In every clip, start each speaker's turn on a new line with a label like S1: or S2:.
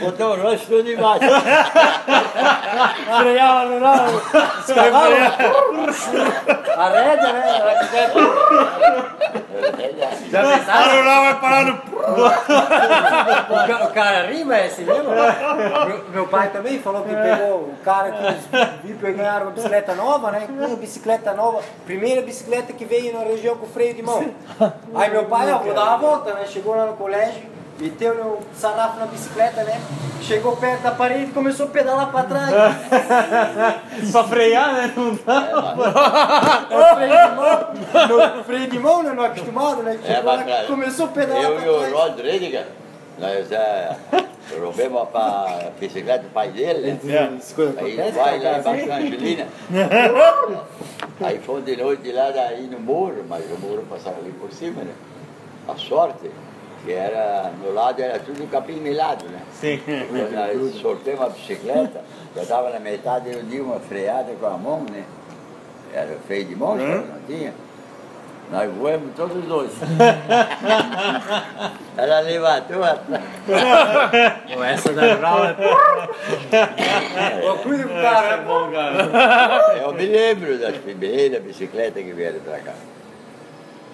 S1: Botei o lanche tudo embaixo.
S2: Freava no não.
S1: Os cavalos. A rédea, né? Ela que quer-
S3: Já pensaram?
S2: Arulá vai parar no.
S1: O ca- o cara rima é assim mesmo? Meu, meu pai também falou que pegou o cara
S2: É.
S1: que me ganharam uma bicicleta nova, né? Uma bicicleta nova, primeira bicicleta que veio na região com freio de mão. Aí meu pai, ó, vou dar uma volta, né? Chegou lá no colégio, meteu no sarrafo na bicicleta, né? Chegou perto da parede e começou a pedalar pra trás.
S2: Pra frear, né? Não dá.
S1: É freio de mão, no freio de mão, né? Não é acostumado, né?
S3: É
S1: Chegou lá,
S3: bacana.
S1: começou a pedalar
S3: Eu
S1: pra
S3: e o
S1: trás.
S3: Rodrigo, nós é, roubemos a bicicleta do pai dele, né?
S1: Essas coisas
S3: Aí
S1: acontecem,
S3: vai
S1: né,
S3: lá
S1: cara?
S3: embaixo da Angelina. Aí foi de noite lá daí no muro, mas o muro passava ali por cima, né? A sorte, que era, no lado era tudo capim melado, né?
S2: Sim.
S3: Quando nós sorteamos a bicicleta, já estava na metade, eu dei uma freada com a mão, né? Era feio de mão,
S2: Hum.
S3: não tinha. Nós voamos todos dois. Ela levantou atrás.
S1: Com essa da Brau é Ó, Cuida
S3: É,
S1: com o cara, né?
S2: é bom, cara.
S3: Eu me lembro das primeiras bicicletas que vieram pra cá.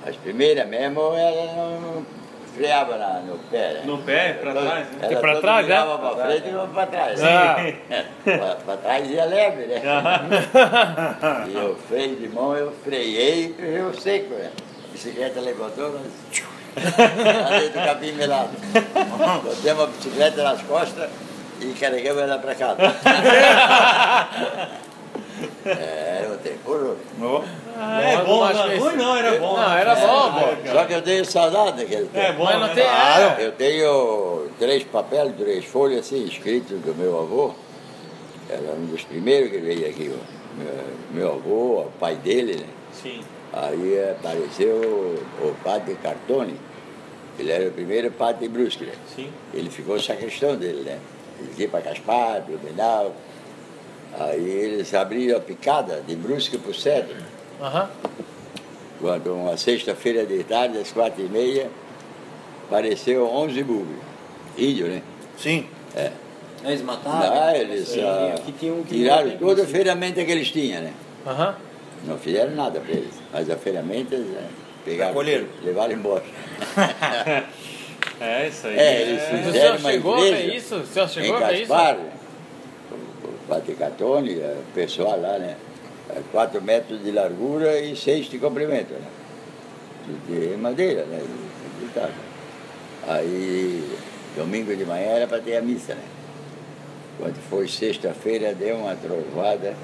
S3: As primeiras mesmo, ela não freava na- no pé. Né?
S2: No pé, pra trás, né?
S3: Ela
S4: Que pra
S3: toda
S4: trás, né?
S3: girava pra frente e uma pra trás.
S4: Ah.
S3: pra, pra trás ia leve, né? E eu freio de mão, eu freiei e eu seco, né? A bicicleta levantou, mas... tchiu, Ela dentro do capim melado. Botamos a bicicleta nas costas e carregamos ela pra casa. É, Era um tempo ruim.
S2: Ah, é bom,
S4: Mas
S2: não.
S4: fez-
S2: Ruim não, era bom.
S4: Não,
S3: Tá
S4: era bom, pô.
S3: Só que eu tenho saudade daquele tempo.
S2: É bom,
S4: Mas não
S2: né?
S4: tem-
S3: Claro, é. eu tenho três papéis, três folhas assim, escritos do meu avô. Era um dos primeiros que veio aqui. ó. Meu, meu avô, o pai dele, né?
S2: Sim.
S3: Aí apareceu o, o padre Cartoni. Ele era o primeiro padre de Brusque. né?
S2: Sim.
S3: Ele ficou sacristão dele, né? Ele ia para Caspar, Blumenau. Aí eles abriram a picada de Brusque para o Cedro.
S4: Aham.
S3: Quando uma sexta-feira de tarde, às quatro e meia, apareceu 11 bugres. Índio, né?
S4: Sim.
S1: Eles mataram.
S3: Ah, eles ah,
S1: aqui tinha um é. que
S3: tiraram assim.
S1: morreu,
S3: toda a ferramenta que eles tinham, né?
S4: Aham.
S3: Não fizeram nada para eles. Mas a ferramenta eles eh, pegaram,
S4: Recolheram.
S3: levaram embora.
S2: É isso aí.
S3: É, eles
S4: O
S3: fizeram
S4: senhor
S3: uma
S4: chegou a
S3: igreja
S4: ver isso? O senhor
S3: em
S4: chegou a ver isso?
S3: Gaspar, o- o Vaticatone, eh, o pessoal lá, né? 4 metros de largura e 6 de comprimento, né? De, de madeira, né? de- de tábua. Aí, domingo de manhã era para ter a missa, né? Quando foi sexta-feira, deu uma trovada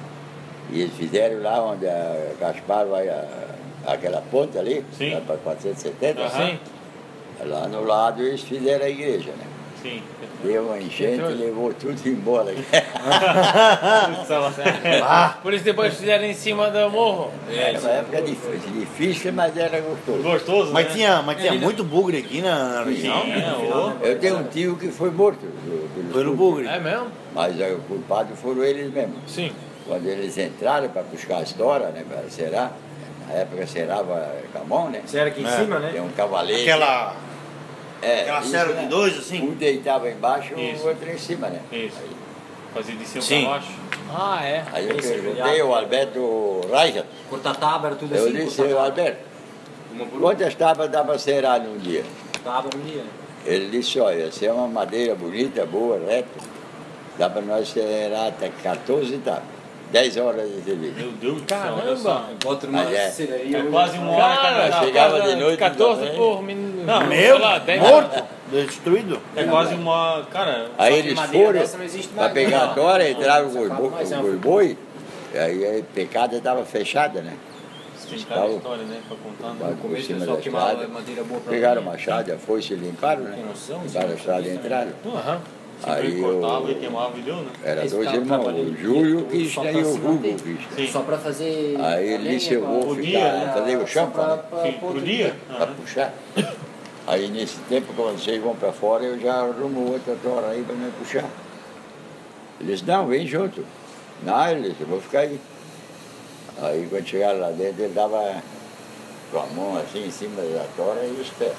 S3: e eles fizeram lá onde a Gaspar vai, a- aquela ponta ali,
S2: Sim.
S3: lá para 470,
S2: Aham.
S4: Sim.
S3: lá no lado eles fizeram a igreja, né?
S2: Sim.
S3: Deu uma enchente, levou tudo embora.
S4: Por isso depois fizeram em cima do morro.
S3: Era uma época difícil, difícil, mas era gostoso.
S2: Gostoso,
S5: Mas
S2: né?
S5: tinha, mas tinha muito bugre aqui na, na região.
S2: Sim, é, ô.
S3: Eu tenho um tio que foi morto do- pelo
S5: Pelo
S3: sul,
S5: bugre.
S4: É mesmo?
S3: mas eh, o culpado foram eles mesmos.
S4: Sim.
S3: Quando eles entraram para buscar a história, né, para cerar, na época cerava camão, né?
S1: Você era aqui em cima, né?
S3: Tem um cavalete.
S5: Aquela.
S3: é,
S5: aquela
S3: isso,
S5: cera
S3: né?
S5: de dois, assim?
S3: Um deitava embaixo,
S2: Isso.
S3: o outro em cima, né?
S2: Isso. Fazia de cima
S5: Sim.
S2: pra baixo.
S4: Ah, é.
S3: Aí eu
S1: Isso,
S3: perguntei
S1: obrigado.
S3: ao Alberto Reichert,
S1: Cortar tábua era tudo assim?
S3: eu disse,
S1: cortar
S3: Alberto,
S1: Uma por um." uma.
S3: quantas tábuas dá para cerar num dia?
S1: Tábua um dia.
S3: Ele disse, olha, essa é uma madeira bonita, boa, reta. Dá para nós acelerar até 14 etapas. 10 horas de serviço.
S2: Meu Deus do céu, olha só.
S4: Caramba.
S1: Bota
S3: Mas é.
S1: numa sereia.
S2: É quase um hora cada
S4: Cara,
S2: etapa.
S3: chegava
S4: cada
S3: de noite,
S4: 14
S3: também.
S4: por minuto.
S2: Não,
S4: sei
S5: Meu,
S4: lá, 10
S5: morto, destruído.
S2: É quase uma. Cara,
S3: Aí
S1: que
S3: eles
S1: madeira
S3: foram
S1: dessa não existe
S3: para
S1: mais,
S3: pegar
S1: não.
S3: a tora,
S1: Não,
S3: entraram com
S1: você
S3: os
S1: fala
S3: boi,
S1: mais,
S3: com
S1: é
S3: os
S1: uma-
S3: boi. Aí a pecada estava fechada, né?
S2: tem
S3: tá
S2: cada história, né? Pra contar.
S3: Vai
S2: Né?
S3: por
S1: Começo,
S3: cima
S1: pessoal
S3: da
S1: queimava
S3: estrada.
S1: madeira boa é pra
S3: Pegaram o
S1: mim.
S3: machado, a foice e limparam, né?
S1: Tem noção?
S3: Limparam a estrada e entraram.
S4: Aham.
S3: Aí
S2: Sempre Tipo, cortava e
S3: o,
S2: queimava e deu, né?
S3: era
S1: Esse
S3: dois
S1: cara
S3: irmãos,
S1: trabalhou
S3: o
S1: o dia
S3: Júlio
S1: todo
S3: Christian
S1: só tá pra
S3: e o
S1: se
S3: Hugo
S1: manter.
S3: Christian.
S2: Sim.
S1: Só pra fazer.
S3: Aí ele
S1: lenha,
S3: disse, eu vou
S1: pra-
S2: ficar,
S1: pra-
S3: fazer o chão,
S1: pra-
S3: né?
S1: pra-
S2: Sim,
S1: pra-
S2: pro dia. Ah,
S3: para
S2: Aham.
S3: puxar. Aí nesse tempo, quando vocês vão para fora, eu já arrumo outra tora aí para me puxar. Eles, não, vem junto. Não, eles, eu vou ficar aí. Aí quando chegaram lá dentro, ele dava com a mão assim em cima da tora e os pés.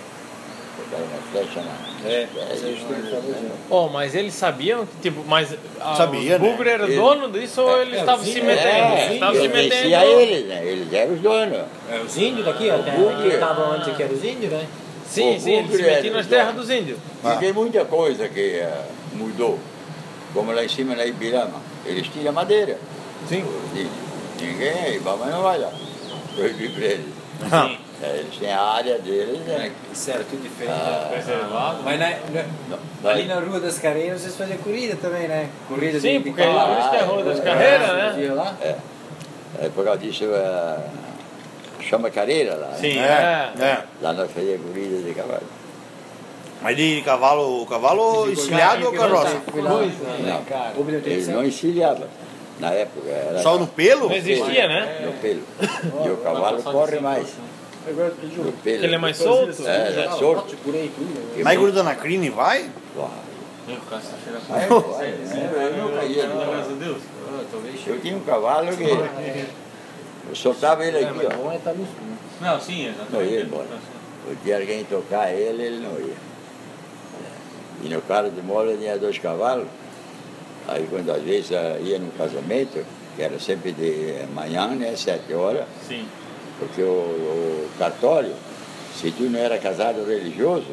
S3: Botaram uma flecha na.
S1: É,
S3: é isso que eles faziam.
S4: Oh, mas eles sabiam que, tipo, mas ah,
S5: Sabia,
S4: os
S5: né?
S4: bugre era
S3: Ele-
S4: dono disso ou eles
S1: é,
S4: estavam
S1: sim,
S4: se
S1: é,
S4: metendo?
S1: é,
S4: Estavam se
S3: eu
S4: metendo.
S3: conhecia eles, né? Eles eram os donos.
S1: É, os índios daqui, até
S3: bugre.
S1: aqui estavam antes aqui eram os índios, né?
S4: Sim,
S3: O
S4: sim, eles se
S3: bugre era
S4: metiam nas
S3: os
S4: terras
S3: donos.
S4: dos índios.
S3: E tem muita coisa que eh, mudou. Como lá em cima, na Ibirama, eles tiram madeira.
S4: Sim.
S3: Diz, Ninguém, Ibama não vai lá. Proibir pra eles.
S4: Ah.
S3: É, eles têm a área deles, né?
S1: Isso era É. tudo diferente.
S3: Ah.
S2: é
S4: Preservado.
S1: Mas na- na- ali na Rua das Carreiras vocês faziam corrida também, né? Corrida
S4: Sim,
S1: de, de
S4: porque é por isso que é a Rua das Carreiras, né?
S1: Dia lá.
S3: É, por causa disso, eh, chama careira lá. né?
S4: Sim, é.
S5: É, é.
S3: Lá nós fazíamos corrida de cavalo.
S5: Mas de cavalo, cavalo encilhado ou carroça?
S1: Coisa,
S3: Não.
S1: né, cara? Ô, meu Deus do
S3: Eles
S1: céu.
S3: não encilhavam. Na época era.
S5: Só no pelo?
S4: Não existia, né?
S3: No pelo. E o cavalo corre mais.
S1: Agora eu te
S3: No
S1: juro.
S3: pelo.
S4: Que É. ele é mais solto.
S3: É, ele é solto.
S1: Bote por aí, tudo. né?
S3: Que
S5: Mas
S3: muito-
S5: gruda na crina e vai?
S3: Porra.
S4: Graças
S3: Aí eu vai, né? Eu nunca ia no cavalo.
S4: a Deus.
S1: Ah, Talvez chegue.
S3: Eu tinha um cavalo que eu soltava ele aqui, ó.
S1: Bom é tá no sul.
S2: Não, sim,
S3: Não
S2: exatamente.
S3: ia embora. Eu tinha alguém tocar ele, ele não ia. E no cara de mola eu tinha dois cavalos. Aí quando às vezes ah, ia no casamento, que era sempre de manhã, né, sete horas,
S2: Sim.
S3: porque o, o cartório, se tu não era casado religioso,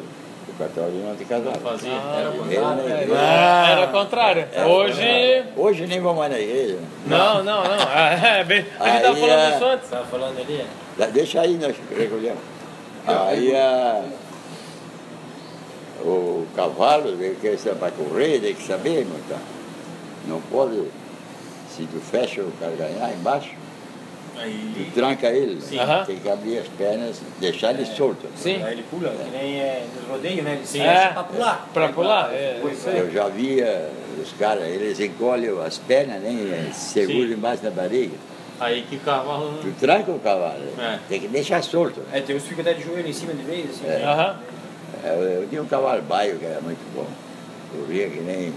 S3: o cartório não te casava.
S2: Fazia.
S3: Era
S1: o
S3: primeiro na
S1: contrário,
S3: igreja.
S5: Ah.
S4: Era o contrário.
S3: Era
S4: Hoje.
S3: contrário. É, Hoje nem vou mais na igreja.
S4: Não, não, não. É, bem... A gente
S3: Aí,
S4: tava
S3: é.
S4: falando isso antes.
S1: Tava falando ali, é.
S3: Dá- Deixa aí, nós recolhemos. Aí ah, o cavalo, ele quer saber para correr, tem que saber montar. Não pode, se tu fecha o calcanhar embaixo, tu
S2: Aí.
S3: tranca ele. né?
S2: Sim.
S4: Aham.
S3: Tem que abrir as pernas, deixar ele solto.
S4: Sim.
S1: Aí ele pula, que nem é, nos rodeios, né? Ele se
S4: Sim.
S1: acha
S4: É.
S1: pra pular.
S4: Pra pular? É, isso aí.
S3: Eu já via os caras, eles encolhem as pernas, nem seguram
S2: Sim.
S3: mais na barriga.
S2: Aí que o cavalo.
S3: Tu tranca o cavalo,
S2: É.
S3: tem que deixar solto.
S1: É, tem uns que ficam até de joelho em cima de vez, assim.
S3: É.
S4: Aham.
S3: Eu, eu tinha um cavalo baio que era muito bom. Corria que nem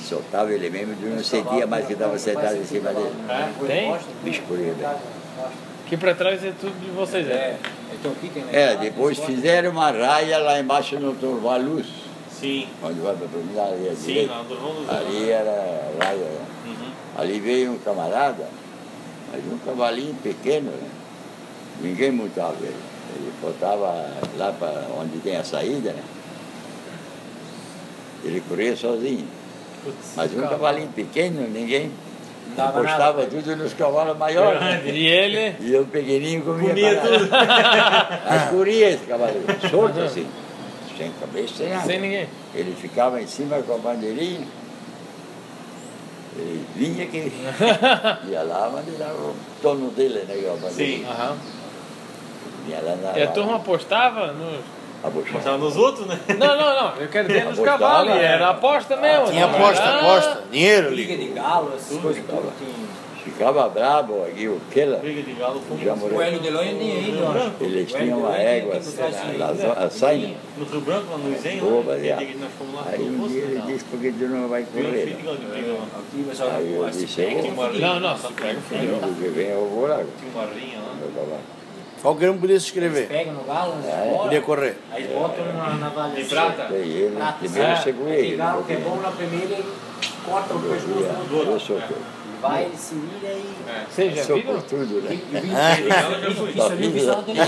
S3: soltava ele mesmo, tu não sentia mais que estava sentado em cima dele. né?
S4: É, tem?
S3: Bicho corria bem.
S4: Que pra trás é tudo de vocês, é.
S1: É, então fiquem, né?
S3: É, depois fizeram uma raia lá embaixo no Torval Luz,
S2: Sim.
S3: onde vai para terminar ali à
S2: Sim,
S3: direita.
S2: lá do Rondo.
S3: Ali era raia. né?
S2: né? Uhum.
S3: Ali veio um camarada, mas um cavalinho pequeno, né? ninguém montava ele. Ele botava lá para onde tem a saída, né? Ele corria sozinho.
S2: Putz,
S3: Mas um cavalinho pequeno, ninguém
S1: Não dava
S3: encostava tudo nos cavalos maiores. né?
S4: E ele.
S3: E eu pequenininho comia
S2: Comia
S3: barato. Mas corria esse cavalinho, solto assim, sem cabeça, sem nada.
S4: Sem ninguém.
S3: Ele ficava em cima com a bandeirinha, ele vinha que ia lá, mas ele dava o torno dele, né? Com a bandeirinha.
S4: Aham.
S3: Vinha lá na.
S4: E É, a turma apostava nos.
S3: A bucha.
S2: Mostrava nos outros, né?
S4: Não, não, não. Eu quero dizer nos
S3: Apostava,
S4: cavalos.
S1: né?
S4: Era aposta mesmo.
S5: Tinha
S4: não Ah.
S5: aposta,
S4: era-
S5: aposta. Dinheiro
S1: Liga de
S5: ali.
S1: galo, essas coisas
S3: ficava.
S1: tudo. Tinha...
S3: Ficava brabo aqui, o Kela,
S2: Briga de galo foi
S3: já
S1: O
S3: morreu.
S1: Hélio de Lóia nem ainda, eu acho.
S3: Eles
S1: O Hélio
S3: tinham
S1: de
S3: uma
S1: Lóia tem
S3: égua,
S1: que botar isso aí,
S3: a,
S1: né?
S3: a, a saina.
S2: no Rio Branco, lá no Zen,
S3: Boa,
S2: lá.
S3: Balear.
S2: Aquele dia que nós fomos lá.
S3: Aí
S2: no
S3: um dia ele
S2: hospital.
S3: disse porque tu não vai
S2: Veio um
S3: correr.
S2: filho lá de briga lá.
S1: Aqui, mas olha,
S3: Aí eu
S1: assim,
S3: disse,
S1: é que
S3: "Ô,
S1: eu falei,
S4: Não, não, só pega o
S3: Aí
S4: filho.
S3: o que vem eu vou lá.
S2: Tinha uma rinha lá.
S3: Eu tava-
S5: Qualquer um podia se inscrever.
S1: Pega no galo, eles
S3: É.
S1: fora,
S5: Podia correr.
S1: aí botam na, na valha.
S2: De prata.
S3: Tem ele,
S1: Prata,
S3: primeiro eu
S1: é.
S3: segurei
S1: Aquele
S3: ele. né?
S1: galo que é
S3: porque
S1: bom na primeira, ele corta o
S3: eu
S1: pescoço
S3: ia-
S1: do
S3: Eu
S1: outro.
S3: sou teu.
S1: Vai, ele se vira e...
S4: Vocês já
S3: Sou
S4: viram?
S3: por tudo, né?
S1: Isso ali, o visual dele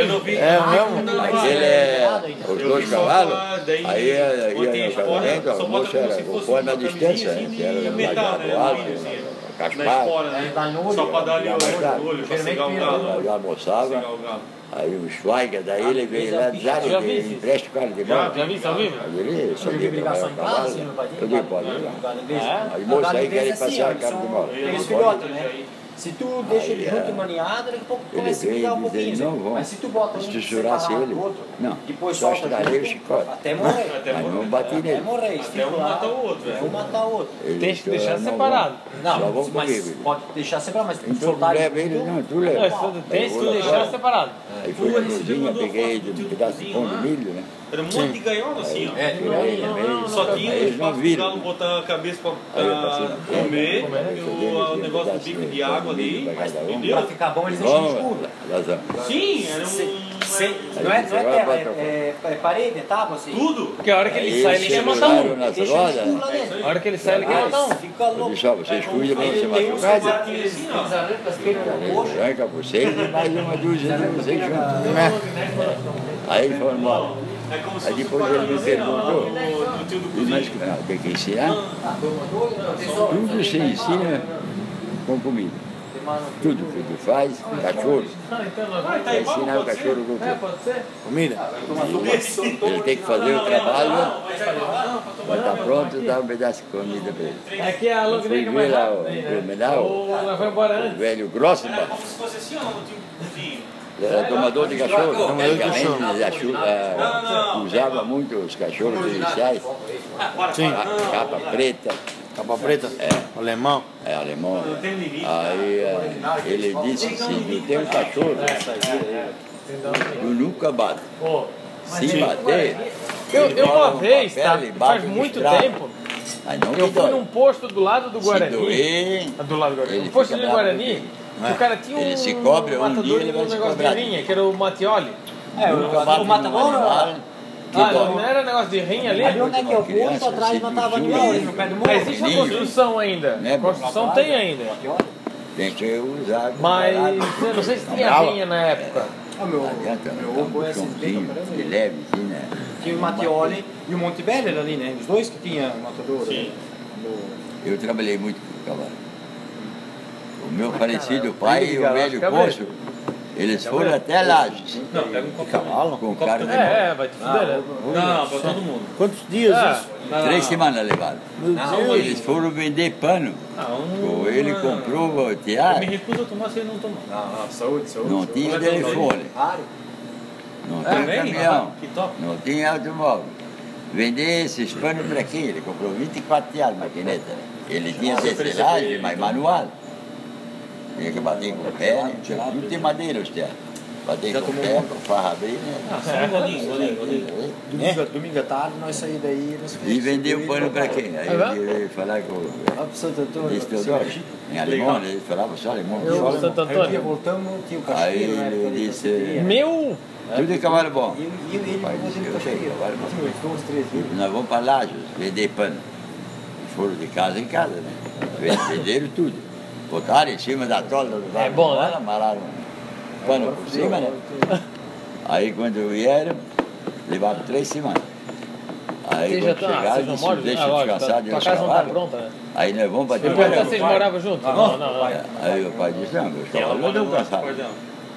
S2: Eu não vi.
S5: É mesmo?
S3: Mas ele é. Os
S2: Eu
S3: dois
S2: vi só
S3: cavalos.
S2: lá, daí
S3: Aí é-
S2: botei
S3: ia no
S2: a espora,
S3: casamento,
S2: só
S3: a
S2: bota
S3: moça
S2: como se
S3: era
S2: fosse
S3: conforme a
S2: uma
S3: distância,
S2: camisinha
S3: né? Que era
S2: de
S3: no
S2: metal, né? Um
S3: Lagoado,
S2: milho, assim, Na
S3: Caspar.
S2: espora, né?
S1: Dá no olho.
S2: Só pra dar ali
S3: Dá no olho.
S2: o olho, pra cegar o galo.
S3: Eu
S2: Cegar
S3: almoçava,
S2: o galo.
S3: aí o Schweiger, daí ele veio lá, já
S4: Já vi isso.
S3: empresta o cara de
S2: Já
S3: mão.
S4: Já vi isso ao vivo?
S3: Aí ele
S1: Eu
S3: sabia
S1: vi ligação
S3: trabalhar o
S1: em casa,
S3: cavalo.
S1: assim, meu pai.
S3: Eu digo, pode ir lá.
S1: lá. assim,
S3: Aí, moço, aí querem passear a capa de mola.
S1: Tem os filhotes, né? Se tu deixa ele
S3: é.
S1: muito maniado, daqui a pouco
S3: Ele
S1: começa a
S3: veio
S1: brigar
S3: e
S1: um
S3: diz,
S1: pouquinho.
S3: eles
S1: né?
S3: não vão.
S1: Mas se tu bota um
S3: Se tu jurasse
S1: separado
S3: ele,
S1: do outro,
S3: não.
S1: depois
S3: Só é
S1: solta
S3: estralei
S1: tudo,
S3: o chicote.
S1: Até morrer.
S2: Até
S3: Mas não
S2: morrer.
S3: bati
S1: Até
S3: nele.
S1: morrer.
S2: Até
S1: fica
S2: um
S1: lá,
S2: mata o outro,
S1: É
S2: né?
S1: um matar o outro.
S3: Ele
S4: Tem que
S3: disse,
S4: deixar
S3: "Eu não
S4: separado.
S3: vou." Só
S1: Não,
S3: vão
S1: mas
S3: comigo.
S1: pode deixar separado, mas se tu
S3: Então tu
S1: soltar
S3: leva ele,
S1: tudo,
S3: não, tu
S4: Não,
S3: leva.
S4: isso Tem que
S3: Olha
S4: deixar
S3: só.
S4: separado.
S3: Aí fui
S2: Pô,
S3: na
S2: esse
S3: cozinha,
S2: demandou
S3: peguei
S2: foto
S3: de um
S2: de
S3: pedaço de
S2: cozinha,
S3: pão de
S2: né?
S3: milho, né?
S2: Era um monte de gaiola assim, ó.
S3: É,
S4: não,
S3: tirei
S4: não, não,
S3: também.
S2: Só tinha um
S3: Eles não
S2: espaço pro galo
S3: viram. né?
S2: botar a cabeça pra,
S3: Aí eu passei
S2: pra
S3: na frente,
S2: comer,
S3: né?
S2: e
S3: Eu dei
S2: o, o
S3: um
S2: negócio do
S3: pedacinho
S2: bico de
S3: de
S2: água
S3: milho
S2: ali,
S3: pra cada um.
S1: pra
S2: entendeu?
S1: ficar bom, eles deixam
S3: Vamos,
S1: escuro.
S3: razão.
S2: Sim, era um...
S1: Se, Cê- não é, não é terra, é, é- é parede, é tábua, assim.
S2: Tudo?
S4: Porque a hora que
S3: É
S4: ele sai, ele quer matar um.
S3: nas
S1: Deixa ele
S3: rodas.
S1: escuro lá dentro.
S4: A hora que ele sai, ele quer
S1: Ah,
S4: matar um.
S1: Fica
S3: Eu
S1: louco.
S3: disse, ó, vocês cuidam pra não se
S2: Tem uns que
S3: machucar.
S2: batem assim, ó.
S1: Zarando as pernas no roxo.
S3: Branca vocês e mais uma dúzia né? de vocês juntos. né? Aí ele falou, bom,
S2: É como se
S3: Aí
S2: fosse um
S3: depois ele me
S2: pagodinho,
S3: perguntou.
S2: ó, do tio do
S3: e mais
S2: Cudinho.
S3: que nada, tem que ensinar. Tudo se ensina com comida. Tudo que tu faz, cachorro.
S4: então,
S3: Vai ensinar o cachorro com
S4: É,
S3: comida.
S5: Comida?
S3: Ele tem que fazer o trabalho, vai estar pronto, dá um pedaço de comida para ele.
S4: Aqui é a
S3: Eu fui
S4: logrinha
S3: ver
S4: mais
S3: lá
S4: rápida.
S3: o terminal,
S4: Ou ela vai embora
S3: o
S4: antes.
S3: velho grosso,
S2: Era como se fosse assim, ó, do tio do Cudinho.
S3: ele era tomador de cachorro.
S5: Tomador de
S3: Antigamente
S5: cachorro.
S3: ele achu- ah, usava muito os cachorros policiais,
S5: Sim.
S3: a capa preta,
S5: Capa preta? É. Alemão?
S3: é alemão. né?
S2: Tem limite.
S3: Aí ah, ele disse que se tem um cachorro, tu nunca bate. Se bater,
S4: Eu,
S3: ele
S4: eu
S3: cola
S4: uma
S3: no
S4: vez,
S3: papel
S4: tá?
S3: e bate
S4: Faz
S3: no
S4: muito
S3: estrado.
S4: tempo,
S3: Mas não
S4: eu
S3: que
S4: fui
S3: dói.
S4: num posto do lado do
S3: Se
S4: Guarani.
S3: doer,
S4: Ah, Do lado do Guarani.
S3: Ele
S4: Um posto
S3: fica
S4: de
S3: bravo
S4: Guarani.
S5: É.
S4: Que o cara tinha um
S3: Ele se cobra, um dia
S4: matador
S3: ele
S4: de
S3: vai
S4: um
S3: se
S4: negócio de
S3: cobrar.
S4: rinha, que era o Matioli.
S1: É, o,
S3: nunca
S1: o,
S3: bate
S1: o
S3: num
S1: mata-bola.
S3: animal, que
S4: Ah,
S3: dói. um
S4: não era negócio de rinha ali?
S1: Ali onde é que é o posto,
S3: Criança,
S1: atrás
S3: assim,
S1: matava
S3: de
S1: animal,
S3: filme.
S1: no pé do
S4: Ah,
S1: morro.
S4: Existe a construção ainda.
S3: Né, bom?
S4: Construção tem ainda.
S3: Tem que usar. com
S4: Mas
S3: caralho.
S4: eu não sei se
S3: Não
S4: tinha
S3: dava.
S4: rinha na época.
S1: Ah, meu,
S3: Não adianta,
S1: meu
S3: não.
S1: ovo
S3: Dá
S1: é
S3: um
S1: SSD,
S3: chãozinho
S1: pra caramba.
S3: de leve, assim, né?
S1: Tinha o Matteoli e o Montebello ali, né? Os dois que tinha matador. Sim.
S3: Eu trabalhei muito com cavalo. O meu
S1: Mas,
S3: falecido
S1: cara,
S3: pai
S1: briga
S3: e
S1: lá,
S3: o velho
S4: fica bravo.
S3: cônsul, eles
S4: Fica
S3: foram
S4: bravo.
S3: até Lages.
S2: Não, pega um copo.
S5: Cavalo?
S3: Com
S2: copo
S3: carne
S2: do-
S3: de boi.
S4: É, é, vai te fuder, né?
S2: Não, pra todo mundo.
S5: Quantos dias
S4: Ah,
S5: isso?
S3: Três semanas levaram.
S1: Não,
S3: Eles foram vender pano.
S2: Não,
S3: Ou ele
S2: não.
S3: comprou o
S2: Ah, um, Eu me um
S3: teatro,
S2: recuso a tomar se ele não tomar.
S1: não, Ah, saúde, saúde.
S3: não tinha telefone,
S1: Claro.
S3: não
S2: Também?
S3: tinha caminhão,
S2: Ah, Que top.
S3: não tinha automóvel. Vender esses panos para quem? Ele comprou 24 teatros maquineta. né? Ele tinha tecelagem, mas manual. Tinha que bater com o pé, né? tudo tem madeira os teatros. Bater com o pé, com farra abrir, né?
S2: Ah, só um golinho, golinho, golinho.
S3: Então,
S1: Domingo, domingo à tarde, nós saímos daí. Nós
S3: É? E vender o pano
S1: é.
S3: para quem? Aí eu ia falar com o
S1: Lá pro Santo Antônio.
S3: esse
S1: lá pro
S3: Teodoro,
S1: Santo Chico.
S3: em alemão, né? ele falava só alemão. só
S1: Eu,
S3: alemão.
S4: Santo
S1: aí um dia
S4: Antônio.
S1: voltamos, tinha o
S3: Aí
S1: cacheiro, né?
S3: ele
S1: época de
S3: disse-
S1: cacheteria.
S4: Meu!
S3: Tudo em cavalo bom.
S1: E e ele
S3: Pai disse,
S1: mandou
S3: eu sei, agora você-
S1: Tinha uns dois, três livros.
S3: Nós vamos para Lages vender pano. E Foram de casa em casa, né? Venderam tudo. Botaram em cima da tola do
S4: É bom, né?
S3: Amarraram um pano por cima, né? Aí quando vieram, levaram três semanas. Aí
S4: Vocês já
S3: quando
S4: estão. Ah,
S3: chegaram,
S4: vocês não
S3: disse, deixa
S4: moram juntos? Ah, lógico,
S3: descansar
S4: tá-
S3: de
S4: tua
S3: nos
S4: casa não tá
S3: cavalos.
S4: pronta, né?
S3: Aí nós vamos para
S4: Eu perguntei se vocês moravam juntos. Não, não, não.
S3: Aí o pai disse, não, meus
S2: Ela
S3: cavalos não
S2: mora
S3: dão
S2: no nosso
S3: cansado.
S2: cordão.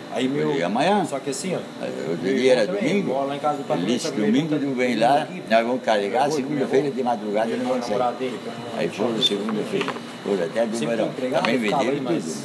S1: Aí
S3: Eu digo,
S1: meu.
S3: amanhã.
S1: Só que assim, ó.
S3: Eu diria era
S1: Também,
S3: domingo.
S1: moro lá em casa do
S3: Ele
S1: patrão,
S3: disse,
S1: também,
S3: domingo
S1: muita-
S3: tu vem lá,
S1: aqui.
S3: nós vamos carregar,
S1: Meu avô,
S3: segunda-feira
S1: meu
S3: de madrugada
S1: Ele
S3: nós
S1: é o
S3: vamos sair.
S1: namorado dele. que é um-
S3: Aí foram segunda-feira, foram até
S1: Sempre
S3: Dubarão.
S1: empregado,
S3: Também
S1: ficava aí,
S3: venderam
S1: mas
S3: tudo.
S1: os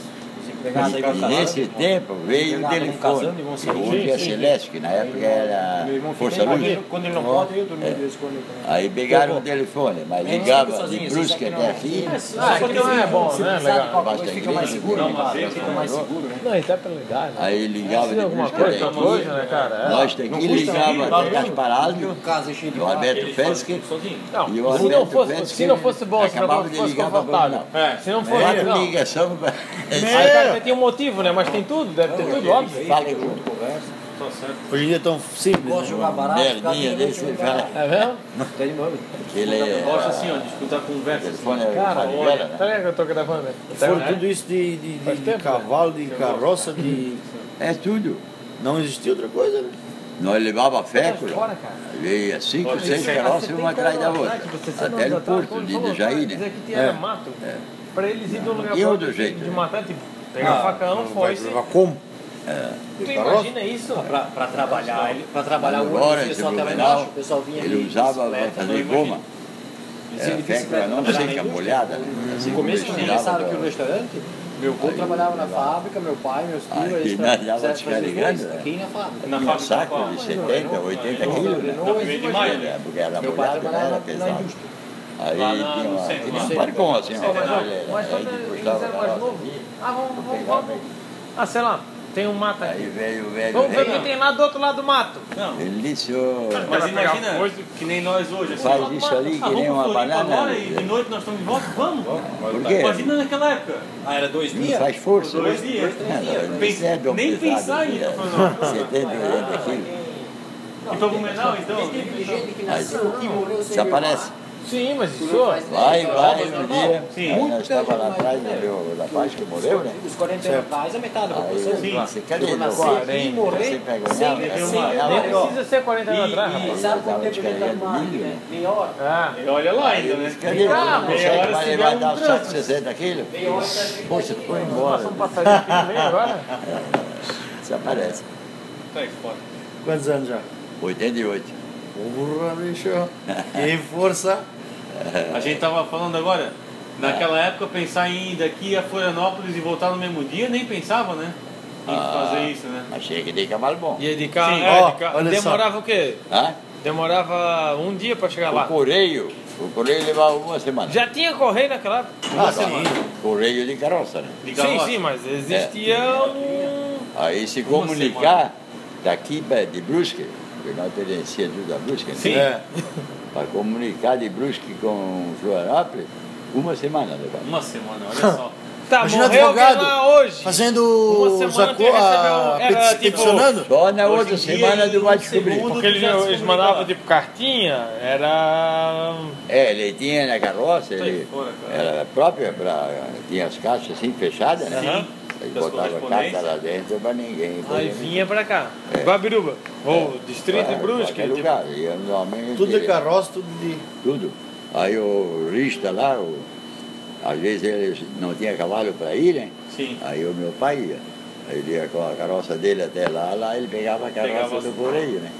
S1: empregados aí vão
S3: E
S1: casar,
S3: nesse
S1: né?
S3: tempo veio o
S1: Obrigado, vão
S3: telefone.
S1: casando e vão
S3: que
S1: saindo.
S3: Hoje é Celeste, que na época era
S1: Meu irmão fica
S3: Força é.
S1: em casa,
S3: Luz.
S1: eu- Quando ele não pode, eu durmo de vez em quando. ele tá também.
S3: Aí pegaram o telefone, mas
S1: Meu irmão fica
S3: ligava de
S1: sozinho,
S3: Brusque
S1: você sabe que
S3: até aqui.
S1: não- é assim, Sim,
S4: Ah,
S1: só
S4: aqui
S1: que
S4: não é
S1: se-
S4: bom,
S1: se
S4: né?
S1: precisar de
S4: Legal.
S1: qualquer
S3: Basta
S1: coisa, é? fica mais
S3: igreja,
S1: seguro, né,
S2: não, mas
S1: cara?
S2: esse
S1: Fica mais
S3: namorou.
S1: seguro, né?
S4: Não, até pela idade. né?
S3: Aí ligava de
S4: alguma
S3: Brusque
S4: coisa,
S3: até
S4: alguma coisa, né,
S3: aqui.
S4: cara? É.
S3: Nós
S1: Não
S3: daqui
S1: custa,
S3: ligava
S1: tá
S3: até
S1: vendo?
S3: Casparalho,
S1: Porque o caso é cheio de
S3: do
S1: barro.
S3: Alberto
S2: Ele faz
S3: Félix,
S2: tudo
S3: que
S2: sozinho.
S4: Não,
S3: E o
S4: se não,
S3: Alberto
S4: fosse,
S3: Félix
S4: se não fosse bom, se
S3: acabava
S4: não
S3: de
S4: fosse
S3: ligar pra
S4: confortável.
S3: Bruno.
S4: É, se não fosse,
S3: Quatro
S4: não.
S3: ligação pra...
S4: Aí o cara até tem um motivo, né? Mas tem tudo, deve ter tudo, óbvio.
S3: Fala
S1: Fica junto,
S3: junto.
S1: conversa.
S2: Tá certo.
S5: Hoje em dia é tão simples.
S1: Gosta de jogar barato, fica
S3: Merdinha
S1: atento,
S3: desse,
S1: joga
S3: cara.
S1: barato.
S4: É mesmo?
S1: Tá de novo.
S3: Ele é...
S2: Eu gosto assim, ó, de escutar
S3: O
S2: conversa. assim.
S3: telefone é
S4: Cara,
S3: Marighella, né?
S4: tá ligado que eu tô gravando? né?
S5: Foram Tá tudo isso de, de- de-
S4: Faz
S5: de
S4: tempo, né?
S5: cavalo, de carroça, de.
S3: É tudo.
S5: Não existia outra coisa, né?
S3: Nós levava
S4: fora,
S3: fécula,
S4: cara.
S3: veio cinco,
S2: Pode
S3: seis
S2: ser.
S3: carroças uma atrás da outra. Até no porto de Jair,
S4: Isso
S3: né?
S4: aqui tinha era mato. Pra eles irem de um lugar
S3: E
S4: pra
S3: outro jeito,
S4: de
S3: né?
S4: matar, tipo, pegar
S1: Ah,
S4: facão, foice.
S5: Vai como?
S4: Tu imagina isso?
S1: Pra, pra
S3: Tá,
S1: trabalhar, ele, pra trabalhar
S3: Mas
S1: o
S3: agora,
S1: ônibus, o pessoal
S3: tipo,
S1: tava
S3: Blumenau,
S1: embaixo, o pessoal vinha
S3: Ele
S1: de
S3: usava para
S1: bicicleta.
S3: fazer goma. Era fécula não seca, molhada. né? Assim
S1: No
S3: como
S1: começo, quando
S3: estirava
S1: começaram
S3: da-
S1: aqui no restaurante, meu avô
S3: Aí,
S1: trabalhava na fábrica, meu pai, meus
S3: Aí, né,
S1: tios, eles
S3: nós
S1: tra-
S3: dava
S1: fizeram fazer os
S3: descarregando,
S1: dois,
S3: né?
S1: aqui na fábrica.
S2: Na
S3: Tinha
S2: fábrica
S3: saco
S2: de
S3: de 70, 80 é quilos, né?
S1: Não,
S2: primeiro de maio, é né?
S3: Porque era
S1: Meu pai
S3: molhado, né?
S1: trabalhava
S3: era
S1: na
S3: pesado.
S1: indústria.
S3: Aí
S2: Lá na-
S3: tinha
S2: no
S3: uma-
S2: centro,
S3: tinha um
S2: lá.
S3: barcão assim, ó.
S4: Mas,
S3: Aí
S4: mas quando
S3: ele
S4: eles
S3: puxava
S4: eram
S3: a
S4: mais
S3: roda
S4: novos,
S3: aqui,
S4: ah, vamos, vamos,
S3: pegava
S4: vamos. Ah, sei lá, Tem um mato
S3: Aí
S4: aqui.
S3: veio o velho.
S4: Vamos ver o
S3: rei,
S4: que tem lá do outro lado do mato.
S2: Não,
S3: Ele disse, ô,
S2: mas
S4: Vai pegar
S2: imagina
S4: coisa.
S2: que nem nós hoje. assim,
S3: Faz
S2: ó,
S3: isso ali
S2: ah,
S3: que nem
S2: vamos
S3: uma
S2: pro Floripa
S3: banana,
S2: Agora, e
S3: né?
S2: de noite nós estamos de volta? Vamos.
S3: por quê?
S2: Imagina naquela época. Ah, era dois
S3: Não
S2: dias?
S3: faz força.
S2: Dois dias, três
S3: Ah, não,
S2: dias.
S3: isso
S2: Pense-
S3: é
S2: nem
S3: domesticado,
S2: pensar em
S3: né?
S2: fazer
S3: Você tem doente aqui.
S2: uma. Então, Blumenau, então? nem pensar.
S6: Gente que
S3: Aí
S6: nasceu, que morreu sem
S3: desaparece.
S4: Sim, mas isso.
S3: Vai, vai, um dia.
S2: Sim.
S3: Aí nós estávamos lá atrás, né, meu, da parte que morreu, né?
S1: Os 40 anos atrás, a metade da
S3: Aí,
S1: população.
S2: Sim.
S3: você cadê
S1: Eu
S3: ele?
S1: nasci aqui, morri,
S3: Você né?" pegou
S1: sem-
S3: nada,
S1: sem-
S3: você pegou
S4: Nem
S1: Não,
S3: nada.
S1: ó.
S4: precisa ser 40 anos
S2: E-
S4: atrás,
S2: e-
S4: rapaz.
S1: Sabe quanto tempo ele tá no mar? né? Meia hora.
S4: Ah,
S2: E olha lá ainda, né?
S3: Cadê?
S4: Ah,
S3: Não
S2: meia
S3: consegue
S2: hora
S3: mais
S2: se
S3: levar
S2: der um
S3: dar
S2: trânsito.
S3: 160 quilos?
S1: Meia hora tá-
S3: Poxa, foi
S4: nossa,
S3: embora.
S4: um passarinho aqui no meio agora.
S3: Desaparece.
S2: Sai Tá fora.
S5: Quantos anos já?
S3: 88.
S5: Porra, bicho. Que força.
S2: A gente tava falando agora, naquela época pensar em ir daqui a Florianópolis e voltar no mesmo dia, nem pensava, né? Em
S3: Ah.
S2: fazer isso, né?
S3: Achei que dei cavalo bom.
S4: E de carro,
S2: Sim.
S4: é,
S5: Ó,
S4: de carro.
S5: olha só.
S4: demorava o quê?
S3: Hã?
S4: Demorava um dia pra
S2: Tá
S4: chegar
S3: O
S4: lá.
S3: correio. O correio levava uma semana.
S4: Já tinha correio naquela época?
S3: Ah, sim. Correio de carroça, né?
S2: De
S4: Sim,
S2: galope.
S4: sim, mas existia um.
S3: Aí se
S2: Uma
S3: comunicar daqui pra- de Brusque, porque nós pertencíamos tudo a Brusque, né?
S4: Sim.
S5: É.
S3: Para comunicar de Brusque com Florianópolis, uma semana levava.
S2: Uma semana, olha só.
S4: Tá,
S5: Imagina
S4: morreu
S5: advogado
S4: alguém lá hoje.
S5: Fazendo
S4: Uma
S5: os
S4: semana tu
S5: acordos.
S4: recebeu- era, tipo,
S5: Peticionando?
S3: Só na
S2: Hoje
S3: É outra
S2: em dia,
S3: semana
S2: em
S3: do
S2: um
S3: vai descobrir.
S2: segundo-
S4: Porque eles,
S2: Já se
S4: eles
S2: comunicava.
S4: mandavam tipo cartinha, era.
S3: É, ele tinha na carroça,
S2: Sai
S3: ele
S2: fora, cara.
S3: era própria para. tinha as caixas assim fechadas, né?
S2: Sim.
S3: Aí
S2: Das
S3: botava a carta
S2: correspondências.
S3: lá dentro para ninguém. pra
S4: Aí
S3: ninguém.
S4: vinha pra cá. Babiruba. Ou distrito de
S3: Pra-
S4: Brusque.
S3: qualquer
S4: tipo,
S3: lugar, ia no homem
S5: Tudo de
S3: direto.
S5: carroça, tudo de.
S3: tudo. Aí o Rista lá, o- às vezes ele não tinha cavalo para ir, né?
S2: Sim.
S3: Aí o meu pai ia. Aí ele ia com a carroça dele até lá, lá ele pegava a carroça
S2: Pegava
S3: do
S2: as-
S3: correio, né?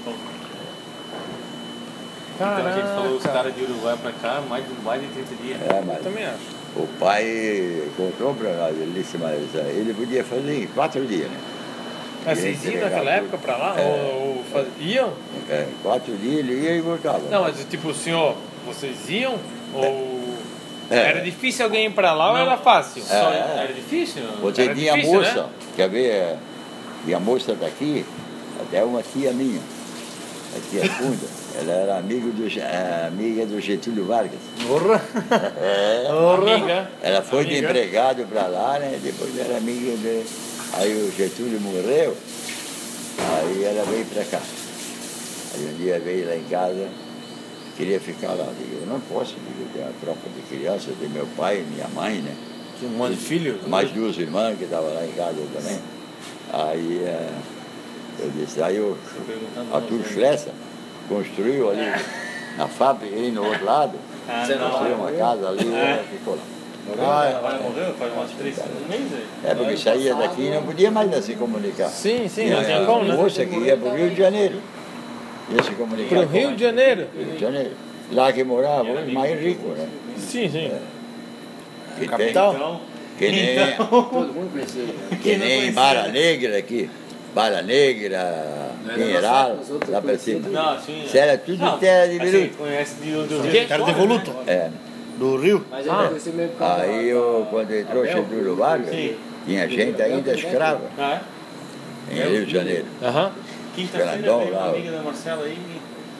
S2: Então a gente falou os
S4: Caraca.
S2: caras de Uruguai pra cá mais de, mais de 30 dias.
S3: É,
S4: Eu
S3: mas
S4: também acho.
S3: o pai contou para nós, ele disse, mas eh, ele podia fazer em quatro dias, né?
S4: Mas vocês iam naquela época pra lá?
S3: É.
S4: Ou, ou faz- iam?
S3: É, quatro dias ele ia e voltava.
S4: Não, mas tipo, o senhor, vocês iam? Ou.
S3: É.
S4: Era difícil alguém ir pra lá ou
S2: Não.
S4: era fácil?
S2: Só
S3: É.
S2: era difícil?
S3: Você
S4: era
S3: tinha
S4: difícil, né?
S3: moça, quer ver? eh, Tinha moça daqui, até uma tia minha, a tia Funda, ela era amigo do, Ge- eh, amiga do Getúlio Vargas.
S5: Porra.
S3: É,
S4: Amiga.
S3: ela foi de
S4: Amiga.
S3: empregado para lá, né? Depois era amiga de. Aí o Getúlio morreu, aí ela veio para cá. Aí um dia veio lá em casa, queria ficar lá. Eu digo, eu não posso, digo, tem uma tropa de crianças, tem meu pai, minha mãe, né?
S2: Tinha um monte de filho?
S3: mais duas irmãs que estavam lá em casa também. Aí eh, eu disse, aí o
S2: Perguntando.
S3: Arthur Schlesser construiu ali na fábrica e no outro lado,
S2: Ah,
S3: construiu
S2: não.
S3: uma casa ali e ela ficou lá.
S5: Ah,
S2: Agora morreu, faz umas três um mês aí.
S3: É porque saía daqui e não podia mais né, se comunicar.
S4: Sim, sim,
S3: Tinha
S4: não tem
S3: a
S4: como, né?
S3: moça que ia para o Rio de Janeiro. Ia se comunicar.
S4: Pro
S3: com
S4: Rio
S3: ela.
S4: de Janeiro?
S3: Rio de Janeiro. Lá que morava, os mais rico, né?
S4: Sim, sim.
S3: Que, tem,
S5: Capital.
S2: Então,
S3: que nem
S6: Todo mundo conhecia. né?
S3: Que
S2: Quem não
S3: nem
S2: conhecia,
S3: Bara
S2: né?
S3: Negra aqui, Bara Negra, Pinheiral,
S6: nossa, mas
S3: lá pra
S6: outro
S3: cima.
S2: não, assim.
S3: Isso era tudo
S2: não,
S3: terra de
S2: assim,
S3: Biruta.
S2: Conhece de do, do
S4: Que-
S2: Rio.
S5: Cara de voluto.
S3: É.
S5: Do Rio.
S6: Mas eu conheci mesmo por causa
S3: Ah. Aí
S6: da-
S3: eu, quando entrou o
S6: Abel?
S3: Getúlio Vargas,
S2: Sim.
S3: tinha gente ainda escrava
S2: Ah, é?
S3: em Rio de Janeiro.
S4: Aham.
S2: Quinta-feira
S3: Grandão
S2: veio uma
S3: lá, ó.
S2: amiga da Marcela aí.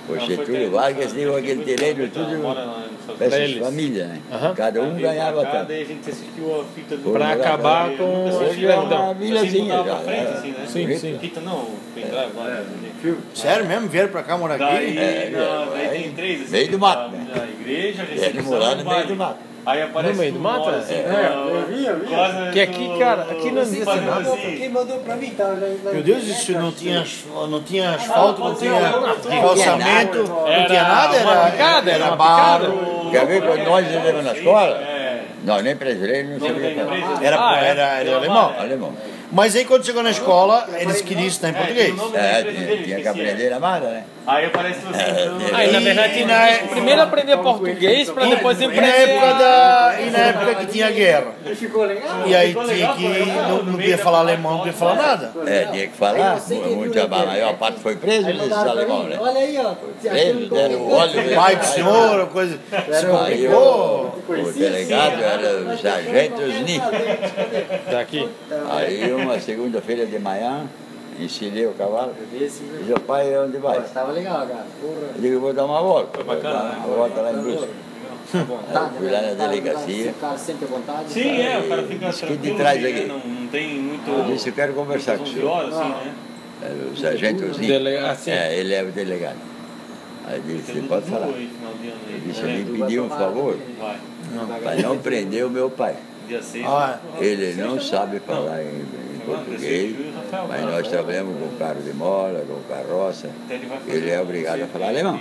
S3: O
S2: Ela foi
S3: Getúlio
S2: ter-
S3: Vargas deu
S2: ela
S3: aquele
S2: foi ter-
S3: terreno
S2: ela mora
S3: tudo
S2: lá nos Estados
S3: para
S2: Unidos.
S3: essas
S4: eles.
S3: famílias, né?
S4: Aham.
S3: Cada
S2: Ela
S3: um
S2: veio pra
S3: ganhava
S2: cá,
S3: tanto.
S2: Daí a gente assistiu a fita do.
S3: Pra
S2: Nunca
S4: acabar
S2: assisti,
S4: com
S2: nunca
S4: a
S2: assisti,
S4: fila
S2: não.
S4: da
S2: Assim,
S3: vilazinha
S2: botava pra
S3: já,
S2: frente,
S3: é.
S2: assim, né?
S3: Sim, sim.
S2: Fita não, pendrive lá. né?
S5: Sério mesmo? Vieram pra cá morar
S2: Daí,
S5: aqui?
S3: É,
S2: não,
S3: é,
S2: daí tem
S3: é.
S2: três. assim,
S3: Meio do mato,
S2: da-
S3: né?
S2: Da igreja,
S3: E eles moraram no meio do mato.
S2: Aí aparece
S4: No meio do
S2: um
S4: mato,
S2: mora,
S4: é?
S2: assim,
S3: É.
S2: na-
S1: Eu vi, eu vi.
S2: quase
S4: Que aqui,
S2: no-
S4: cara, aqui não
S2: fazendo
S4: existe
S1: Quem mandou-
S2: assim.
S1: Quem mandou pra mim? Tá,
S5: Meu Deus, isso
S6: tá
S5: não tinha, não tinha asfalto, não
S2: pode
S5: tinha
S2: ser alguma coisa.
S5: calçamento, não tinha
S4: Era
S5: nada,
S4: uma picada, era
S5: era, era
S4: uma
S5: barro.
S3: Quer ver quando nós éramos na escola?
S2: É.
S3: Nós nem brasileiros
S2: Não
S3: não
S2: tem
S3: sabíamos falar.
S2: empresa.
S5: Era,
S4: Ah, é.
S5: era, era alemão.
S3: Alemão.
S5: Mas aí quando chegou na escola, eles queriam isso em
S2: É,
S5: português.
S2: tinha o nome da
S3: É,
S2: empresa
S3: tinha,
S2: dele,
S3: tinha que
S2: esqueci, é.
S3: aprender a mara, né?
S2: Aí aparece você.
S3: É,
S4: Aí, na verdade,
S5: E na-
S4: primeiro aprender português pra depois
S5: E na
S4: empreender.
S5: tá época, da, e na época que tinha guerra.
S6: Ele ficou "Ah, legal.
S5: E aí
S2: Ficou
S5: tinha
S2: legal,
S5: que.
S2: ficou legal.
S5: Não, não podia falar alemão, não podia falar nada.
S6: Ficou
S3: É,
S6: legal.
S3: tinha que
S6: Aí
S3: falar.
S6: eu sei que
S3: Muito,
S6: ele
S3: a
S6: não entende.
S3: maior parte foi presa
S6: Aí
S3: nesses
S5: é
S6: mandaram tá pra
S3: alemão,
S6: mim,
S3: né?
S6: Olha aí, ó.
S3: Eles deram o
S6: assim,
S3: óleo. né?
S5: Pai do senhor, coisa. Se
S3: Aí o,
S5: complicou.
S3: o delegado era o sargento Sni.
S4: Daqui.
S3: Aí um uma segunda-feira de manhã, ensinei o cavalo. E meu pai, onde vai? Eu
S6: Tava legal, cara. Porra.
S3: digo, vou dar uma volta.
S2: Foi bacana,
S3: Vou dar
S2: né?
S3: Uma volta lá em Brusque.
S6: À vontade,
S3: eu fui lá
S6: né?
S3: na
S6: O cara- o cara-
S3: delegacia.
S6: O cara sente à vontade.
S2: Sim,
S6: cara.
S2: é, o cara fica
S3: Diz que de
S2: tranquilo,
S3: trás
S2: né?
S3: aqui.
S2: Não, não tem muito.
S3: Eu disse, eu quero conversar com o
S2: 11
S3: senhor.
S2: horas, assim, né?
S3: Era É, O sargento
S2: Um
S3: Ozinho.
S2: ah,
S4: Delegacia.
S3: É, ele é o delegado. Aí ele disse,
S2: Tem
S3: você
S2: um
S3: pode
S2: duro
S3: falar.
S2: aí, final de ano aí,
S3: Ele disse,
S2: né?
S3: me pediu um favor
S2: Vai,
S6: tá.
S3: para não prender o meu pai.
S2: dia 6.
S4: Ah,
S3: Ele não sabe falar em, em português, mas nós trabalhamos com carro de mola, com carroça.
S2: Então,
S3: Ele é obrigado a falar alemão.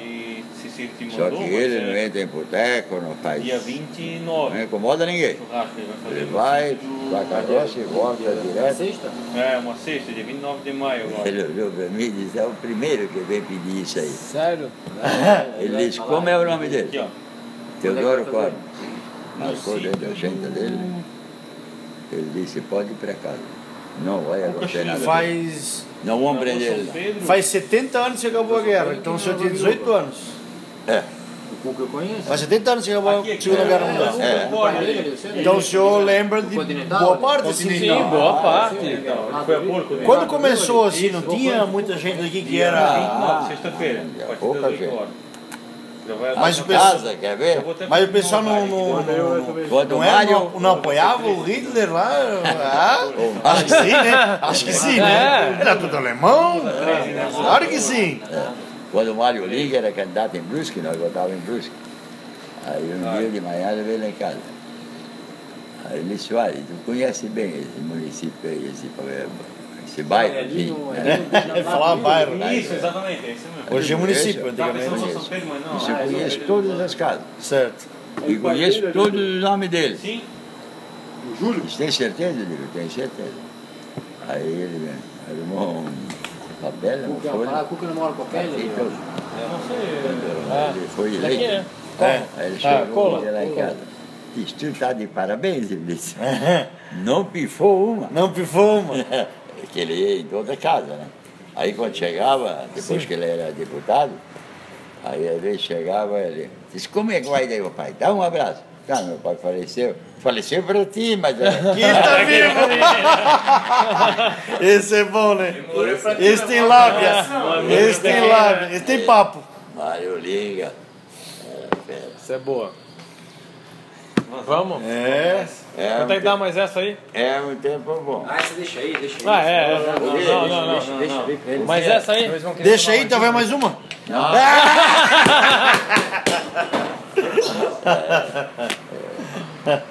S3: Só que ele não é
S2: é.
S3: entra em boteco, não faz.
S2: Dia
S3: Não
S2: 29.
S3: incomoda ninguém.
S2: churrasco, ele vai fazer
S3: Ele
S2: no sentido-
S3: vai, vai com a carroça e volta direto.
S6: Sexta?
S2: É, uma sexta, dia 29 de maio agora.
S3: Ele olhou para mim e disse: é o primeiro que vem pedir isso aí.
S4: Sério?
S3: Ele disse: como é o nome
S2: Aqui,
S3: dele?
S2: ó.
S1: é
S3: Teodoro Corno. Marcou dentro da agenda dele. Ele disse: pode ir para casa. Não vai acontecer nada.
S7: Faz,
S3: Não vão
S2: Rua
S3: prender ele.
S2: São Pedro.
S7: faz 70 anos que acabou a guerra, então o senhor tinha 18 anos.
S6: O cu que eu conheço.
S7: Faz 70 anos que acabou a
S2: Aqui, aqui,
S7: Segunda
S2: é,
S7: Guerra
S2: é,
S7: Mundial.
S2: é,
S3: É.
S2: o bordo ali.
S7: Então o senhor lembra de
S6: Continental,
S7: boa
S6: né?
S7: parte desse
S4: Sim, boa parte.
S2: Então, ele foi a porco. né?
S7: Quando começou assim, não tinha muita gente aqui que era.
S2: 29, sexta-feira.
S3: Ah,
S2: A partir
S3: pouca
S2: das 8
S3: gente.
S2: horas. Já vai
S7: Mas o
S3: Em
S7: pessoal-
S3: Casa, quer ver?
S2: Eu vou até
S7: Mas o
S2: pedir
S7: pessoal
S2: uma
S7: não,
S2: vaga.
S7: não, não, não,
S3: Quando
S7: não
S3: o
S7: era,
S3: Mário.
S7: não, não apoiava o Hitler lá? Ah, acho que sim, né? Acho que sim, né? Era tudo alemão? Claro que sim.
S3: Quando o Mário Liga era candidato em Brusque, nós votávamos em Brusque. Aí um dia de manhã ele veio lá em casa. Aí ele disse, olha, tu conhece bem esse município aí, esse, esse
S1: É
S3: bairro,
S6: Ali
S3: enfim.
S6: no-
S3: né?
S7: é. Ele falava bairro.
S2: Isso, exatamente, é isso mesmo.
S7: Hoje é município,
S2: Tava pensando
S7: antigamente.
S2: só São Pedro, mas não.
S3: Isso
S2: ah,
S3: eu
S2: é São
S3: conheço né?
S2: Pedro.
S3: todas as casas.
S7: Certo.
S3: E conheço todos os nomes dele.
S2: Sim,
S3: Você tem certeza? Eu digo, tenho certeza. Aí ele né, arrumou um papel,
S6: O
S3: uma
S6: cu que eu
S3: folha.
S6: falava, o cu que não mora com a
S3: e
S6: pele. né?
S3: tudo. então, Ele foi
S4: Daqui, né?
S3: eleito.
S7: É.
S3: Aí ele
S4: Ah,
S3: chegou
S4: cola,
S3: um dia lá em casa. Diz, tu tá de parabéns, ele disse. Não pifou uma.
S7: Não pifou uma.
S3: Que ele ia em toda casa, né? Aí quando chegava, depois que ele era deputado, aí às vezes chegava ele, disse, como é que vai daí, meu pai? Dá um abraço. Tá, meu pai faleceu. Faleceu pra ti, mas...
S7: Que tá vivo! Esse é bom, né? Esse tem lábia. Esse tem lábia. Esse tem papo.
S3: Mário Liga. Era fera.
S4: Isso é boa. Vamos?
S7: É.
S3: É, um
S4: Consegue dar
S3: tempo,
S4: mais essa aí?
S3: é um tempo bom.
S1: Ah, você deixa aí, deixa aí.
S4: Ah, é. é. Não,
S3: deixa,
S4: não, não, não,
S1: deixa,
S4: não.
S1: deixa, deixa, deixa.
S4: Mas essa aí?
S7: Deixa aí, então vai mais uma.
S4: É,